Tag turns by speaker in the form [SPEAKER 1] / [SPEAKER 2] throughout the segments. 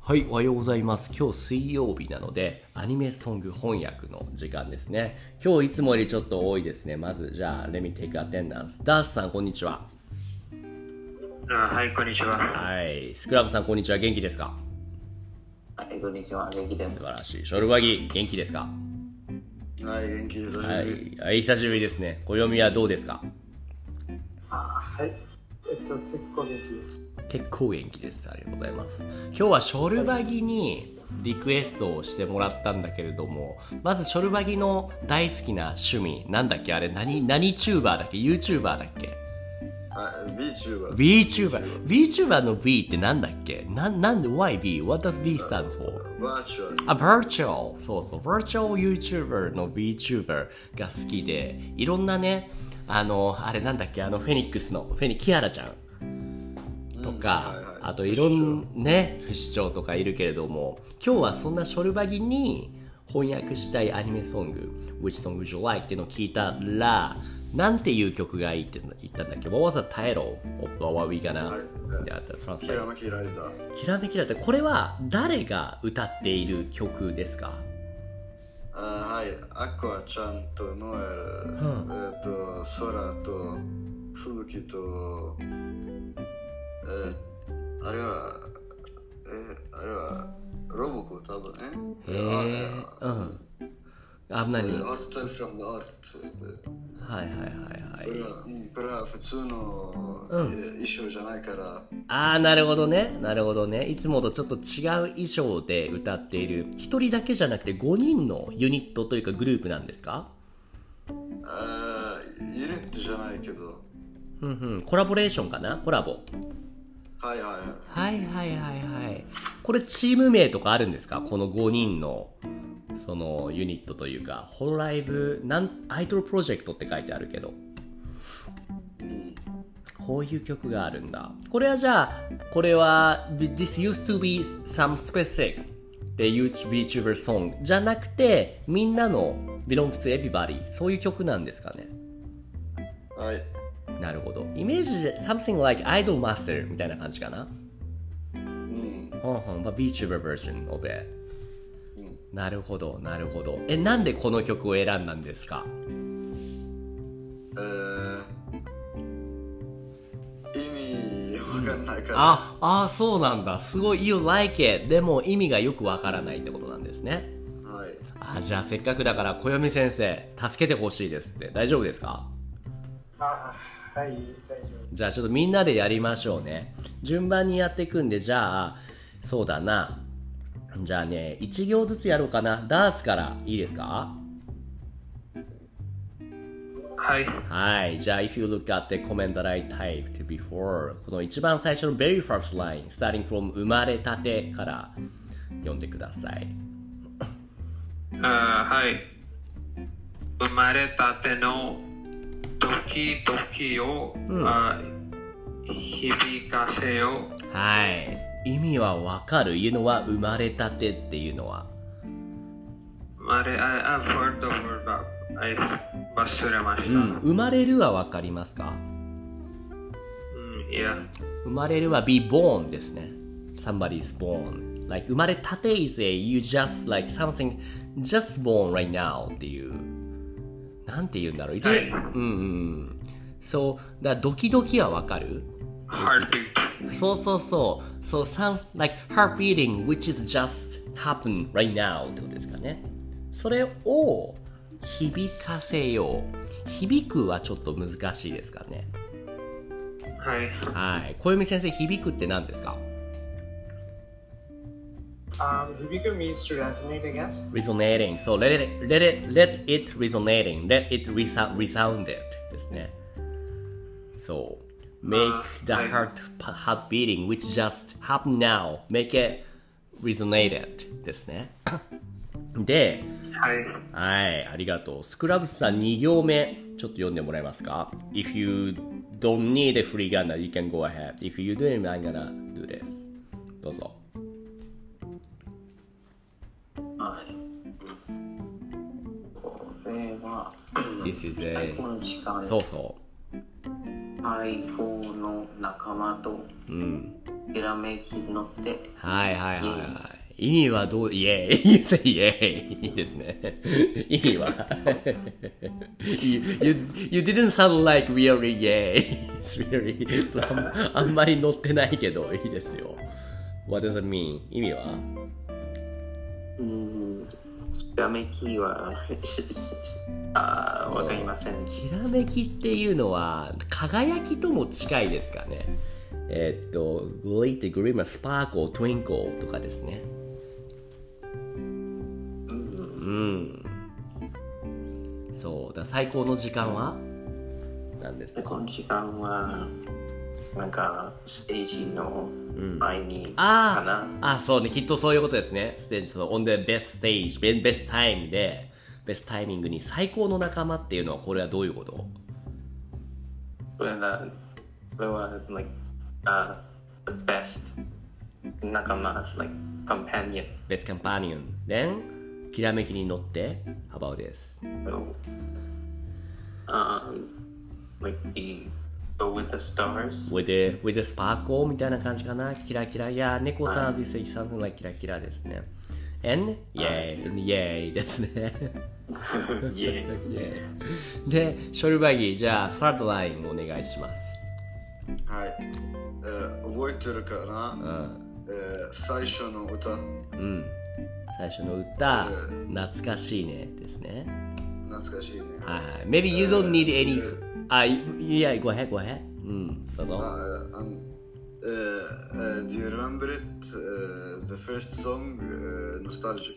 [SPEAKER 1] はい、おはようございます。今日水曜日なので、アニメソング翻訳の時間ですね。今日いつもよりちょっと多いですね。まず、じゃあ、レミテイクアテンダンス。ダースさん、こんにちは。
[SPEAKER 2] あはい、こんにちは。は
[SPEAKER 1] はい。スクラブさん、こんにちは。元気ですか
[SPEAKER 2] い、こんにちは。元気で
[SPEAKER 1] 素
[SPEAKER 2] す。
[SPEAKER 1] 晴らしい。ショルバギ、元気ですか
[SPEAKER 3] はい、元気です。は。
[SPEAKER 1] はいい。はい、久しぶりですね。暦はどうですか
[SPEAKER 3] はい。えっと、結構元気です。
[SPEAKER 1] 結構元気です。ありがとうございます。今日はショルバギにリクエストをしてもらったんだけれども、まずショルバギの大好きな趣味、なんだっけあれ、何、何チューバーだっけ ?YouTuber だっけ
[SPEAKER 3] はい、VTuber。
[SPEAKER 1] VTuber。VTuber の V ってなんだっけなん、なんで、why V? What does V stands for?
[SPEAKER 3] バーチュアル。
[SPEAKER 1] あ、virtual。そうそう。virtual YouTuber の VTuber が好きで、いろんなね、あの、あれなんだっけあの、フェニックスの、フェニ、キアラちゃん。とか、
[SPEAKER 3] うんはいはい
[SPEAKER 1] あといろんね不死鳥とかいるけれども今日はそんなショルバギに翻訳したいアニメソング「Which Song Would You Like」っていうのを聞いたらなんていう曲がいいって言ったんだっけ What was the title of What Are We
[SPEAKER 3] はい
[SPEAKER 1] Gonna
[SPEAKER 3] はい
[SPEAKER 1] Yeah, the
[SPEAKER 3] キラ
[SPEAKER 1] translate
[SPEAKER 3] マキライダー。
[SPEAKER 1] きらめきだってこれは誰が歌っている曲ですか
[SPEAKER 3] あはい、アクアちゃんとノエル、
[SPEAKER 1] ん
[SPEAKER 3] えっと、ソラと、吹雪と、えー、あれは、えー、あれは、ロボコ多分ね。
[SPEAKER 1] へえうんあ何はい
[SPEAKER 3] アート from the art。
[SPEAKER 1] はいはいはい
[SPEAKER 3] これは、うんこれは普通の、えー衣装じゃないから、
[SPEAKER 1] ああ、なるほどね。なるほどね。いつもとちょっと違う衣装で歌っている。一人だけじゃなくて5人のユニットというかグループなんですか
[SPEAKER 3] あーユニットじゃないけど、
[SPEAKER 1] うんうん。コラボレーションかなコラボ。
[SPEAKER 3] はいはいはい。
[SPEAKER 1] はいはいはいはい。これチーム名とかあるんですかこの5人の、そのユニットというか、ホロライブ、なん、アイドルプロジェクトって書いてあるけど。こういう曲があるんだ。これはじゃあ、これは、This used to be some specific で VTuber song じゃなくて、みんなの belongs to everybody そういう曲なんですかね。
[SPEAKER 3] はい。
[SPEAKER 1] なるほど。イメージで something like Idol Master みたいな感じかな。
[SPEAKER 3] うん。
[SPEAKER 1] ほんほん、まあ VTuber version of it。
[SPEAKER 3] うん
[SPEAKER 1] なるほど、なるほど。え、なんでこの曲を選んだんですか
[SPEAKER 3] えー、意味わかんないから、
[SPEAKER 1] あ、あ、そうなんだ。すごい、You like it。でも意味がよくわからないってことなんですね。
[SPEAKER 3] はい。
[SPEAKER 1] あじゃあせっかくだから暦先生助けてほしいですって大丈夫ですか
[SPEAKER 2] はい、大丈
[SPEAKER 1] じゃあちょっとみんなでやりましょうね順番にやっていくんでじゃあそうだなじゃあね1行ずつやろうかなダースからいいですか
[SPEAKER 2] 夫。はい、
[SPEAKER 1] はいじゃあ If you look at the comment that I typed before この一番最初の very first line starting from 生まれたてから読んでください
[SPEAKER 2] あはい。生まれたての時々を、
[SPEAKER 1] うん
[SPEAKER 2] あ響かせよう。
[SPEAKER 1] はい意味はわかるいうのは生まれたてっていうのは
[SPEAKER 2] 生まれ、I, I've heard the word, but I 忘れました。う
[SPEAKER 1] うん
[SPEAKER 2] ん、
[SPEAKER 1] 生まれるはわかりますか
[SPEAKER 2] yeah.
[SPEAKER 1] 生まれるは be born ですね。Somebody's born. Like 生まれたて is a you just like something just born right now っていう。なんて言うんだろう。いつ
[SPEAKER 2] はい
[SPEAKER 1] うんうん。そう、だからドキドキはわかる
[SPEAKER 2] Heartbeat.
[SPEAKER 1] そうそうそう。So sounds like heart beating which is just happen right now ってことですかね。それを響かせよう。響くはちょっと難しいですかね。
[SPEAKER 2] はい。
[SPEAKER 1] はい。小読先生、響くって何ですか
[SPEAKER 4] Um, Hibiko means to resonate, I guess.
[SPEAKER 1] resonating so let it let it let it resonating let it resound resound it ですね so make
[SPEAKER 2] あー
[SPEAKER 1] the
[SPEAKER 2] はい
[SPEAKER 1] heart heart beating which just happen now make it resonated ですねで
[SPEAKER 2] はい。
[SPEAKER 1] はいありがとうスクラブスさん2行目ちょっと読んでもらえますか if you don't need a free gunner you can go ahead if you do I'm gonna do this どうぞ
[SPEAKER 5] はい。これは、
[SPEAKER 1] this is
[SPEAKER 5] 最
[SPEAKER 1] a
[SPEAKER 5] 高の力
[SPEAKER 1] そうそ
[SPEAKER 5] 最高の仲間と
[SPEAKER 1] ううん
[SPEAKER 5] ひらめき乗って、
[SPEAKER 1] はいはいはいはい。意味はどう、イエーイ、You say イエーイ。いいですね。意味は。you, you, you didn't sound like really yay. It's really, あんあんまり乗ってないけど、いいですよ。What does it mean? 意味は
[SPEAKER 5] うん、ひらめきは、 あーわかりません。
[SPEAKER 1] ひらめきっていうのは輝きとも近いですかねえーっとグリーってグリーマスパーコートゥインコーとかですねうんそうだ最高の時間はなんです
[SPEAKER 5] でこ
[SPEAKER 1] か
[SPEAKER 5] の時間は、なんか、ステージの前に、か
[SPEAKER 1] あ
[SPEAKER 5] な。
[SPEAKER 1] ーあそうねきっとそういうことですねステージそのオンデベストステージベベストタイムでベストタイミングに最高の仲間っていうのはこれはどういうこと
[SPEAKER 5] これは、これは、like, あ the best 仲間、like, companion
[SPEAKER 1] ベストカンパニオン then きらめきに乗って How about this?
[SPEAKER 5] So, um, like the go with the stars.
[SPEAKER 1] with a, with a sparkle みたいな感じかな。キラキラ。いや、猫さん、実際、さんキラキラですね。and イェーイ、イェーイですね。イ
[SPEAKER 5] yeah.
[SPEAKER 1] ェーイ で、ショルバギー、じゃあ、スタートラインお願いします。
[SPEAKER 3] はい、えー覚えてるか
[SPEAKER 1] う
[SPEAKER 3] な、
[SPEAKER 1] ん。
[SPEAKER 3] えー最初の歌
[SPEAKER 1] うん。最初の歌
[SPEAKER 3] う、
[SPEAKER 1] 懐かしいねですね。
[SPEAKER 3] 懐かしいね、
[SPEAKER 1] はいはい。Maybe you don't need any... あ、いや、ごへんごへん。うん、どう
[SPEAKER 3] あ
[SPEAKER 1] ぞ。
[SPEAKER 3] ーあのえーえー do you remember it、えー the first song、えー nostalgic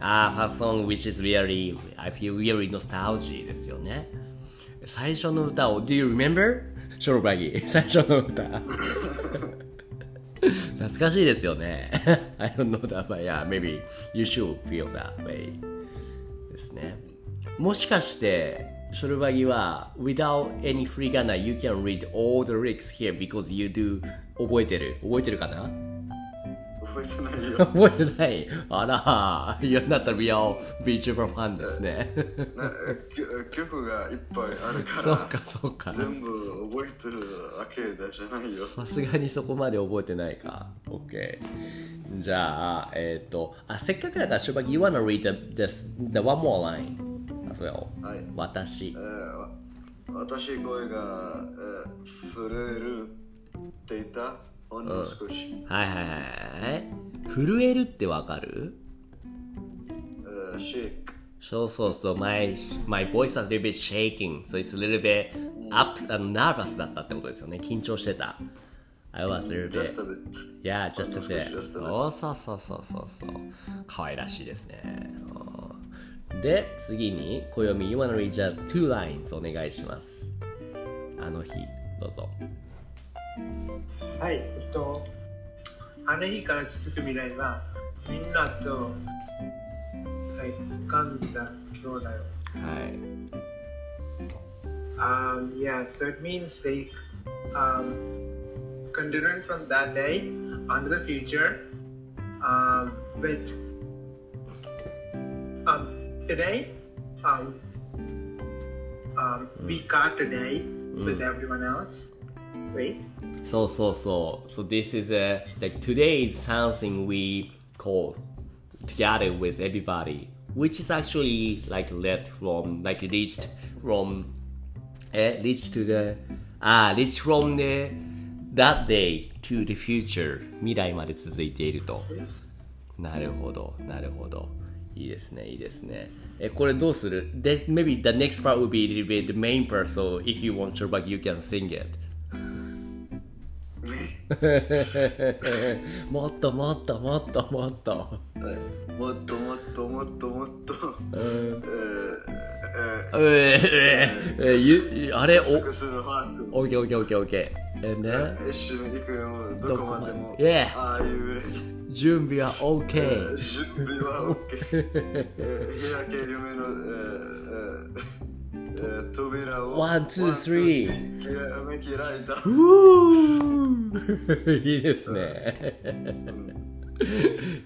[SPEAKER 1] ああ、ファ song which is really, I feel really nostalgic ですよね。最初の歌を、Do you remember? ショロバギー、最初の歌。懐かしいですよね。I don't know that, but yeah, maybe you should feel that way. ですね。もしかして、ショルバギは、without any free g a n a you can read all the lyrics here because you do 覚えてる覚えてるかな
[SPEAKER 3] 覚えてないよ
[SPEAKER 1] 覚えてないあら、you're not a real VTuber fan ですね。
[SPEAKER 3] なえきえ曲がいっぱいあるか
[SPEAKER 1] そ
[SPEAKER 3] ら
[SPEAKER 1] うか、そうか。
[SPEAKER 3] 全部覚えてるわけじゃないよ
[SPEAKER 1] さすがにそこまで覚えてないか。OK。じゃあ、えっ、と、あ、せっかくだから、シュバギ、you wanna read the, the, the one more line? あ、そうよ。
[SPEAKER 3] はい
[SPEAKER 1] 私
[SPEAKER 3] え。ーわ私声が、えー震えるっていたほんの少し、
[SPEAKER 1] はいはいはいはい。震えるってわかる
[SPEAKER 3] えー、シェイク
[SPEAKER 1] そうそうそう、my, my voice is a little bit shaking, so it's a little bit up, あの nervous だったってことですよね。緊張してた。I was a little bit.
[SPEAKER 3] just a bit
[SPEAKER 1] Yeah, just a bit.
[SPEAKER 3] あの少しですね
[SPEAKER 1] そうそうそうそうそうそう。可愛らしいですね。うんで、次に、暦、You wanna read just two lines お願いします。あの日、どうぞ。
[SPEAKER 4] はい、えっと、あの日から続く未来は、みんなと、はい、掴んだ兄弟を。
[SPEAKER 1] はい。
[SPEAKER 4] Um, yeah, so it means like, um, continuing from that day onto the future, um, with, um, today, um, um, we got today with everyone else. Wait.
[SPEAKER 1] そうそうそう。So this is a, like today is something we call together with everybody, which is actually like left from, like reached from え reach to the あ reach from the that day to the future 未来まで続いているとなるほどなるほどいいですねいいですねえこれどうする This, maybe the next part will be a little bit the main part so if you want your back you can sing it もっともっともっともっと
[SPEAKER 3] はいもっともっともっともっと、えーえ
[SPEAKER 1] うえうええゆあれ
[SPEAKER 3] ー、加速するハート
[SPEAKER 1] おオッケーオッケーオッケーオッケーえね
[SPEAKER 3] 一緒に行くよどこまでも
[SPEAKER 1] どこまで Yeah
[SPEAKER 3] ああいう
[SPEAKER 1] 準備は OK
[SPEAKER 3] 準備は OK えー開ける夢の、えーえーえー扉を
[SPEAKER 1] One, two, three
[SPEAKER 3] きらめきライダー
[SPEAKER 1] うーいいですね。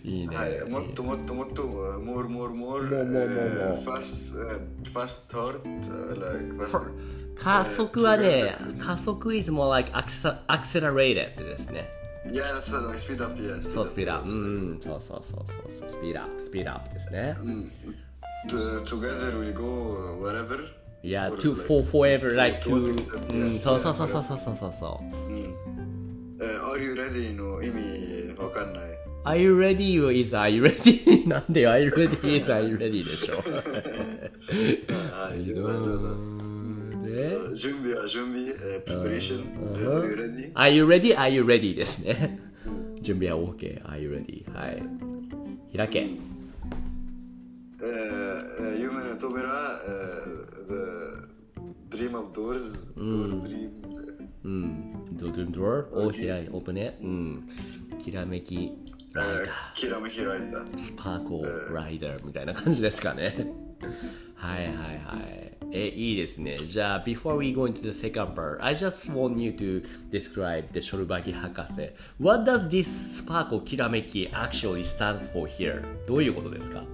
[SPEAKER 1] いいね。
[SPEAKER 3] はい、もっともっともっと、もーるもーるも
[SPEAKER 1] もうもうもうも
[SPEAKER 3] ーる、
[SPEAKER 1] う
[SPEAKER 3] ファス、ファストール、ファスト、
[SPEAKER 1] 加速はね、加速 is more like acce- accelerated ですね。
[SPEAKER 3] Yeah, that's it. Like speed up. Yeah. Speed
[SPEAKER 1] そう、スピードアッ
[SPEAKER 3] up.
[SPEAKER 1] プ。う
[SPEAKER 3] mm.
[SPEAKER 1] ん、そうそうそうそうそう、スピードアップ、スピードアップですね。
[SPEAKER 3] To- together we go uh, wherever.
[SPEAKER 1] Yeah,
[SPEAKER 3] Or
[SPEAKER 1] to
[SPEAKER 3] like-
[SPEAKER 1] for forever, like
[SPEAKER 3] to
[SPEAKER 1] to.
[SPEAKER 3] what
[SPEAKER 1] mm,
[SPEAKER 3] extent,
[SPEAKER 1] うん、
[SPEAKER 3] yeah.
[SPEAKER 1] そうそうそうそうそうそうそうそう。
[SPEAKER 3] Uh, are you ready? No, 意味わかんない。
[SPEAKER 1] Are you ready is are you ready? なんで Are you ready is are you ready でしょ。
[SPEAKER 3] はい冗談冗談
[SPEAKER 1] で、
[SPEAKER 3] 準備は準備、えー ah, eh, preparation、えー are you ready?
[SPEAKER 1] Are you ready? Are you ready eh? です ね。準備は OK。Are you ready? はい。開け。
[SPEAKER 3] えーえー夢の扉、えー the eh, dream of doors, door dream
[SPEAKER 1] うん。ドドゥドアを開い、オープンね。うん。きらめき、
[SPEAKER 3] え
[SPEAKER 1] ライ
[SPEAKER 3] ー
[SPEAKER 1] ダー。
[SPEAKER 3] きらめき開いた。
[SPEAKER 1] スパーコーライダーみたいな感じですかね。はいはいはい。え、いいですね。じゃあ、before we go into the second part, I just want you to describe the ショルバギ博士。What does this スパーコーきらめき actually stands for here? どういうことですか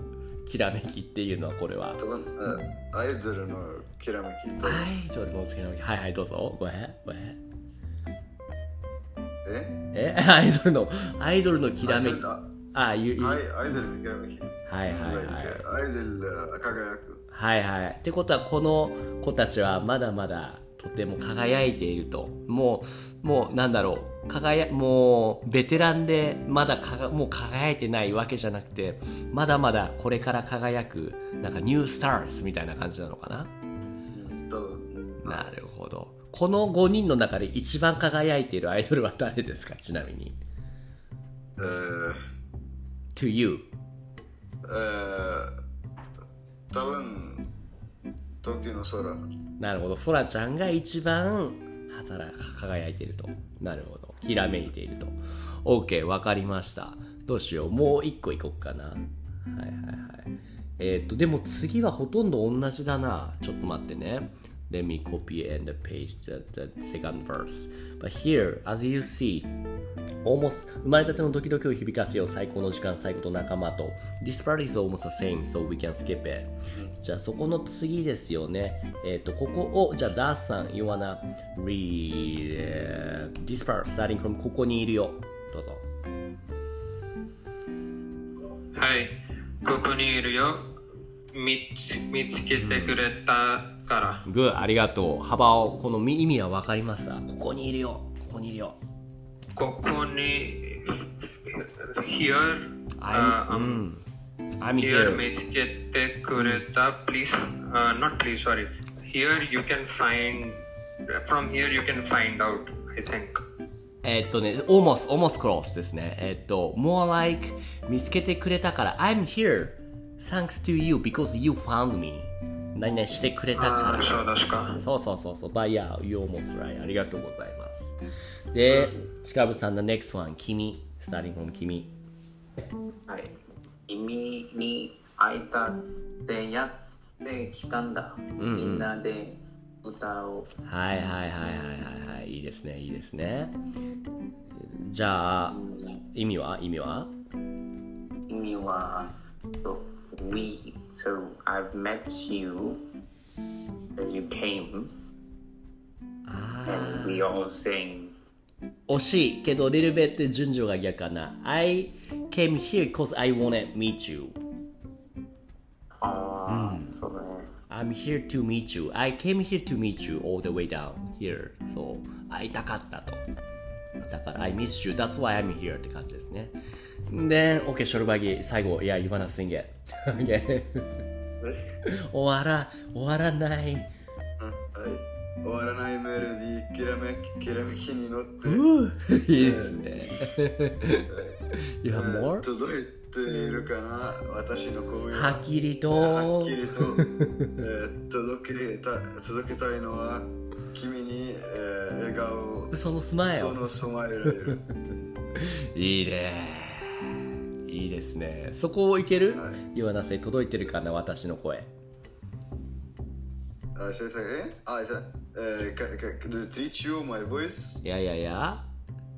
[SPEAKER 1] きらめきっていうのはこれは。
[SPEAKER 3] 多分、えーアイドルのきらめき。
[SPEAKER 1] アイドルのきらめき。はいはい、どうぞ。ごめん。ごめん。
[SPEAKER 3] え
[SPEAKER 1] え、アイドルの、アイドルのきらめき
[SPEAKER 3] あそう。だ
[SPEAKER 1] あ、ゆ、ゆ、
[SPEAKER 3] アイアイドルのきらめき。
[SPEAKER 1] はいはいはい
[SPEAKER 3] Like,。アイドルが輝く。
[SPEAKER 1] はいはい。ってことはこの子たちはまだまだとても輝いていると。もう、もうなんだろう。輝、もうベテランでまだかがもう輝いてないわけじゃなくて、まだまだこれから輝く、なんかニュースターズみたいな感じなのかな。
[SPEAKER 3] 多分、
[SPEAKER 1] なるほど。この5人の中で一番輝いているアイドルは誰ですかちなみに。
[SPEAKER 3] えー
[SPEAKER 1] to you.
[SPEAKER 3] えー多分、東京の空。
[SPEAKER 1] なるほど。ソラちゃんが一番働く輝いていると。なるほど。ひらめいていると。OK、わかりました。どうしよう。もう一個いこっかな。はいはいはい。えーっと、でも次はほとんど同じだな。ちょっと待ってね。Let me copy and paste the, the second verse. But here, as you see, almost 生まれたてのドキドキを響かせよう最高の時間最高と仲間と This part is almost the same so we can skip it じゃあそこの次ですよねえっ、とここをじゃあダースさん You wanna read、this part starting from ここにいるよどうぞ
[SPEAKER 2] はい、ここにいるよ。見つ見つけてくれたから。
[SPEAKER 1] グーありがとう幅をこのみ意味は分かりましたここにいるよここにいるよ
[SPEAKER 2] ここに、here、
[SPEAKER 1] I'm,、
[SPEAKER 2] uh, あ
[SPEAKER 1] うん I'm
[SPEAKER 2] here
[SPEAKER 1] here
[SPEAKER 2] 見つけてくれた。please、uh, not please, sorry. Here you can find, from here you can find out, I think.
[SPEAKER 1] えっとね、almost, almost close ですね。えっと、more like 見つけてくれたから、I'm here thanks to you because you found me. 何々してくれたか
[SPEAKER 2] あそう
[SPEAKER 1] ら。
[SPEAKER 2] ですか。
[SPEAKER 1] そうそうそうそう。But yeah, you almost right. ありがとうございます。で、近ぶさんの next one、君。starting from 君。
[SPEAKER 5] はい。君に会いたってやってきたんだ。みんなで歌を。
[SPEAKER 1] はいはいはいはいはいはい。いいですね、いいですね。じゃあ、意味は意味は
[SPEAKER 5] 君は、so, we, so I've met you as you came
[SPEAKER 1] ああ。
[SPEAKER 5] and we all sing.
[SPEAKER 1] 惜しいけど、リルベって順序が逆かな。I came here cause I wanna meet you.
[SPEAKER 5] ああ、そうだね。
[SPEAKER 1] I'm here to meet you. I came here to meet you all the way down here. そう。会いたかったと。だから、I miss you. That's why I'm here って感じですね。で、OK、ショルバギ、最後、いや、言わなすぎんげ。OK 終わら、終わらない。
[SPEAKER 3] はい。終わらないメロディー、きらめき、きらめきに乗って、
[SPEAKER 1] いいですね。You
[SPEAKER 3] え
[SPEAKER 1] have
[SPEAKER 3] ー
[SPEAKER 1] more?
[SPEAKER 3] 届いているかな私の声
[SPEAKER 1] はっきりと。
[SPEAKER 3] はっきりと、えー届けた届けたいのは君に、えー笑顔
[SPEAKER 1] そのスマイル
[SPEAKER 3] そ。の染まれられる
[SPEAKER 1] いいねいいですねそこをいける、
[SPEAKER 3] はい
[SPEAKER 1] 岩名せ届いてるかな私の声
[SPEAKER 3] あ先生えあ先生えーかか to teach you my voice
[SPEAKER 1] いやいやいや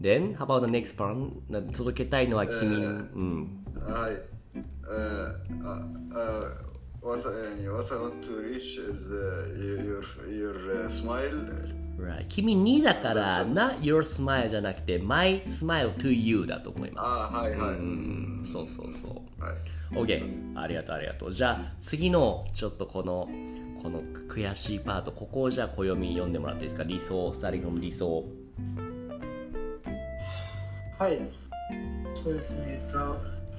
[SPEAKER 1] Then how about the next part な届けたいのは君、
[SPEAKER 3] えー
[SPEAKER 1] うん
[SPEAKER 3] はいえーああ what يعني what I want to reach is uh, your your uh, smile
[SPEAKER 1] Right. 君にだからな、your smile じゃなくて、my smile to you だと思います。
[SPEAKER 3] あはいはい
[SPEAKER 1] うん、そうそうそう。
[SPEAKER 3] はい
[SPEAKER 1] OK。ありがとう、ありがとう。じゃあ、次の、ちょっとこの、この悔しいパート、ここをじゃあ、暦読んでもらっていいですか理想、スタリングの理想。
[SPEAKER 4] はい。そうですね。えっと、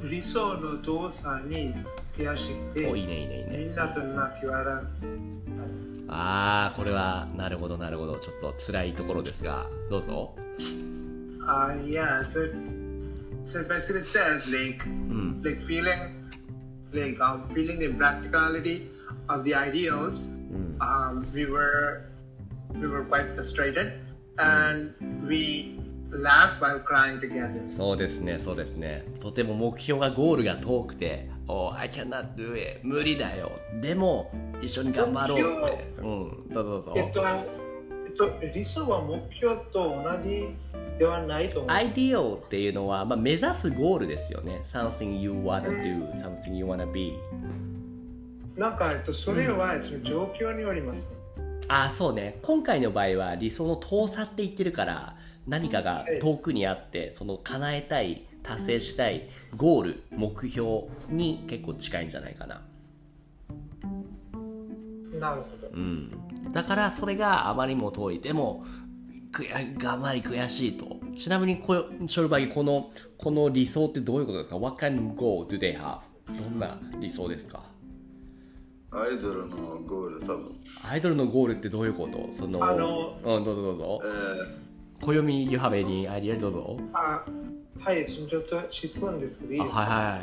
[SPEAKER 4] 理想の動作に悔しく
[SPEAKER 1] お、い
[SPEAKER 4] て、
[SPEAKER 1] いね、いいね、いいね
[SPEAKER 4] み。んなと泣き笑
[SPEAKER 1] ああ、これは、なるほど、なるほど。ちょっと辛いところですが、どうぞ。
[SPEAKER 4] う。あ、いや、so, so basically it says like,
[SPEAKER 1] うん。
[SPEAKER 4] like feeling, like um, feeling the practicality of the ideals.
[SPEAKER 1] うん。
[SPEAKER 4] Um, we were, we were quite frustrated, and we laughed while crying together.
[SPEAKER 1] そうですね、そうですね。とても目標が、ゴールが遠くて、お I cannot do it. 無理だよ。でも、一緒に頑張ろうって。うん。どうぞどうぞ
[SPEAKER 4] え。っと、えっと、理想は目標と同じではないと思う。
[SPEAKER 1] ideal っていうのは、まあ、目指すゴールですよね。something you wanna do, something you wanna be.
[SPEAKER 4] なんか、えっと、それは、えっと、状況によりますね。
[SPEAKER 1] ああそうね今回の場合は理想の遠さって言ってるから何かが遠くにあってその叶えたい達成したいゴール目標に結構近いんじゃないかな
[SPEAKER 4] なるほど。
[SPEAKER 1] うんだからそれがあまりにも遠いでもくや頑張り悔しいとちなみにこよショルバギこのこの理想ってどういうことですか What kind of goal do they have? どんな理想ですか
[SPEAKER 3] アイドルのゴール多分
[SPEAKER 1] アイドルのゴールってどういうことその
[SPEAKER 4] あの
[SPEAKER 1] うんどうぞどうぞ
[SPEAKER 3] えー
[SPEAKER 1] 暦ゆはべにアイディアどうぞ
[SPEAKER 4] あ、はい、ちょっと質問ですけどいい
[SPEAKER 1] あ
[SPEAKER 4] ですか。
[SPEAKER 1] はいはいはいは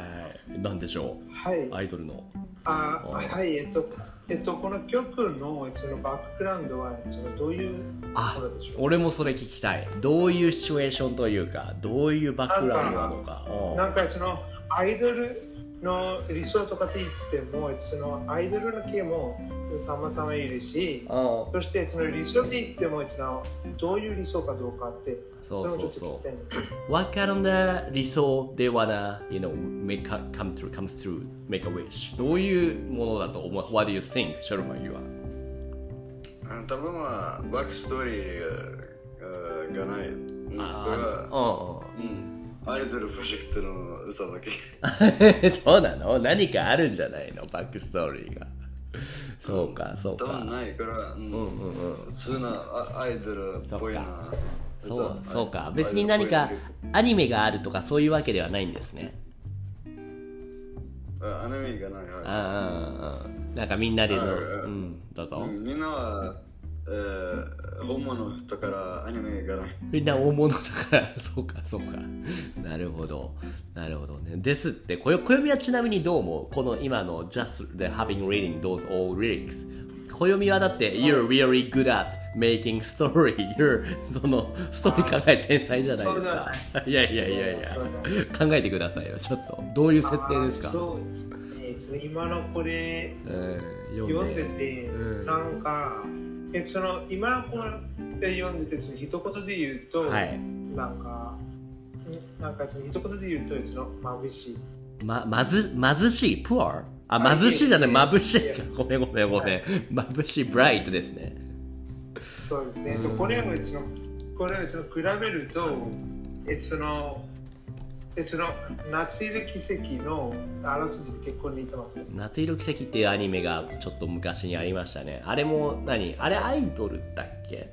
[SPEAKER 1] いなんでしょ
[SPEAKER 4] はい。
[SPEAKER 1] うアイドルの
[SPEAKER 4] あ、はい、えっと、えっと、この曲の、そのバックグラウンドは、そのどういう
[SPEAKER 1] あ
[SPEAKER 4] ところでしょ
[SPEAKER 1] 俺もそれ聞きたいどういうシチュエーションというかどういうバックグラウンドなのか
[SPEAKER 4] う。
[SPEAKER 1] うん
[SPEAKER 4] なんか、そのアイドルの理想とかって言っても、そのアイドルの系も様々いるし。
[SPEAKER 1] うん
[SPEAKER 4] そしてその理想で言っても一番どういう理想かどうかって
[SPEAKER 1] そうそう
[SPEAKER 4] れを
[SPEAKER 1] そ
[SPEAKER 4] ちょっと聞きたいんですけど
[SPEAKER 1] う What kind of the 理想 they wanna you know make a, come through comes through make a wish どういうものだと思う What do you think シャルマユは
[SPEAKER 3] あの多分はバックストーリーががないうんこれ
[SPEAKER 1] あ
[SPEAKER 3] は
[SPEAKER 1] あ
[SPEAKER 3] うんアイドルプロジェクトの歌 だけ
[SPEAKER 1] うん そうなの何かあるんじゃないのバックストーリーがそうかそう
[SPEAKER 3] 多分
[SPEAKER 1] か
[SPEAKER 3] ないからうん
[SPEAKER 1] うんうんうん
[SPEAKER 3] 普通なアアイドルっぽいな歌
[SPEAKER 1] そうそうか
[SPEAKER 3] アイ
[SPEAKER 1] 別に何か
[SPEAKER 3] アイドルっぽい
[SPEAKER 1] アニメがあるとかそういうわけではないんですね
[SPEAKER 3] あアニメがないはい
[SPEAKER 1] ああなんかみんなでどう
[SPEAKER 3] うん
[SPEAKER 1] うんどうぞ
[SPEAKER 3] うんみんなは、えー、本物だからアニメがない。
[SPEAKER 1] みんな大物だから そうかそうかなるほどなるほどねですってこよ暦はちなみにどう思うこの今の just the having reading those all lyrics 暦はだって you're really good at making story you're そのストーリー考える天才じゃないですかいやいやいやいや
[SPEAKER 4] そうだ
[SPEAKER 1] 考えてくださいよちょっとどういう設定ですか
[SPEAKER 4] あーそうですねその今のこれ
[SPEAKER 1] うん
[SPEAKER 4] 読んで
[SPEAKER 1] ね
[SPEAKER 4] て、
[SPEAKER 1] うん
[SPEAKER 4] なんかえその今のこれ読んでてその一言で言うと、
[SPEAKER 1] はい
[SPEAKER 4] なんかんなんかその一言で言うとその眩しい
[SPEAKER 1] ま、まず、貧しい、poor? あ、
[SPEAKER 4] あ
[SPEAKER 1] 貧しいじゃない、
[SPEAKER 4] いえいえ
[SPEAKER 1] 眩しい
[SPEAKER 4] いえ
[SPEAKER 1] か。ごめんごめんごめん。眩しい、bright ですね。
[SPEAKER 4] そうですね、えっと
[SPEAKER 1] うん
[SPEAKER 4] これをそのこれをその比べるとえそのえその夏いる奇跡のあらすじに結構似てますね
[SPEAKER 1] 夏色奇跡っていうアニメがちょっと昔にありましたね。あれも何、あれアイドルだっけ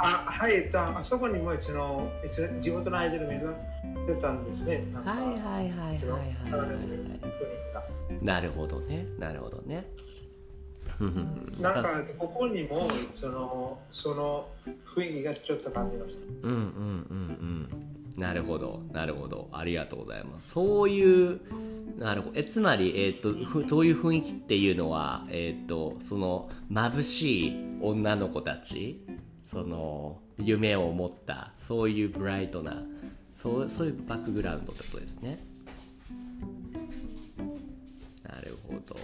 [SPEAKER 4] あはい、えっと、あそこにも一応、一応地元のアイドル目指してたんですね。なんか
[SPEAKER 1] はいはいはいはい
[SPEAKER 4] 一応
[SPEAKER 1] はい
[SPEAKER 4] サラ
[SPEAKER 1] は
[SPEAKER 4] ダで行っ
[SPEAKER 1] い。
[SPEAKER 4] た
[SPEAKER 1] なるほどね。なるほどね。
[SPEAKER 4] なんか、ここにも、その、その雰囲気がちょっと感じまし
[SPEAKER 1] うんうんうんうんなるほどなるほどありがとうございますそういうなるほどえつまり、えー、とふそういう雰囲気っていうのは、えー、とその眩しい女の子たちその夢を持ったそういうブライトなそうそういうバックグラウンドってことですねなるほど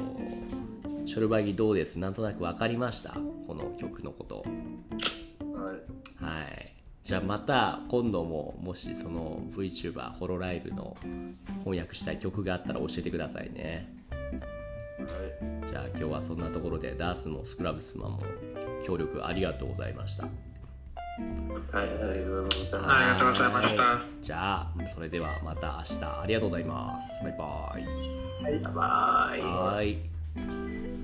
[SPEAKER 1] ショルバギどうですなんとなく分かりましたこの曲のこと
[SPEAKER 3] はい。
[SPEAKER 1] はい。じゃあまた今度ももしその VTuber ホロライブの翻訳したい曲があったら教えてくださいね。
[SPEAKER 3] はい
[SPEAKER 6] じゃあ今日はそんなところでダースもスクラブスマンも協力ありがとうございました
[SPEAKER 5] はい、ありがとうございます。
[SPEAKER 2] ありがとうございました
[SPEAKER 6] はじゃあそれではまた明日ありがとうございますバイバイ
[SPEAKER 5] バイバイ。
[SPEAKER 6] はい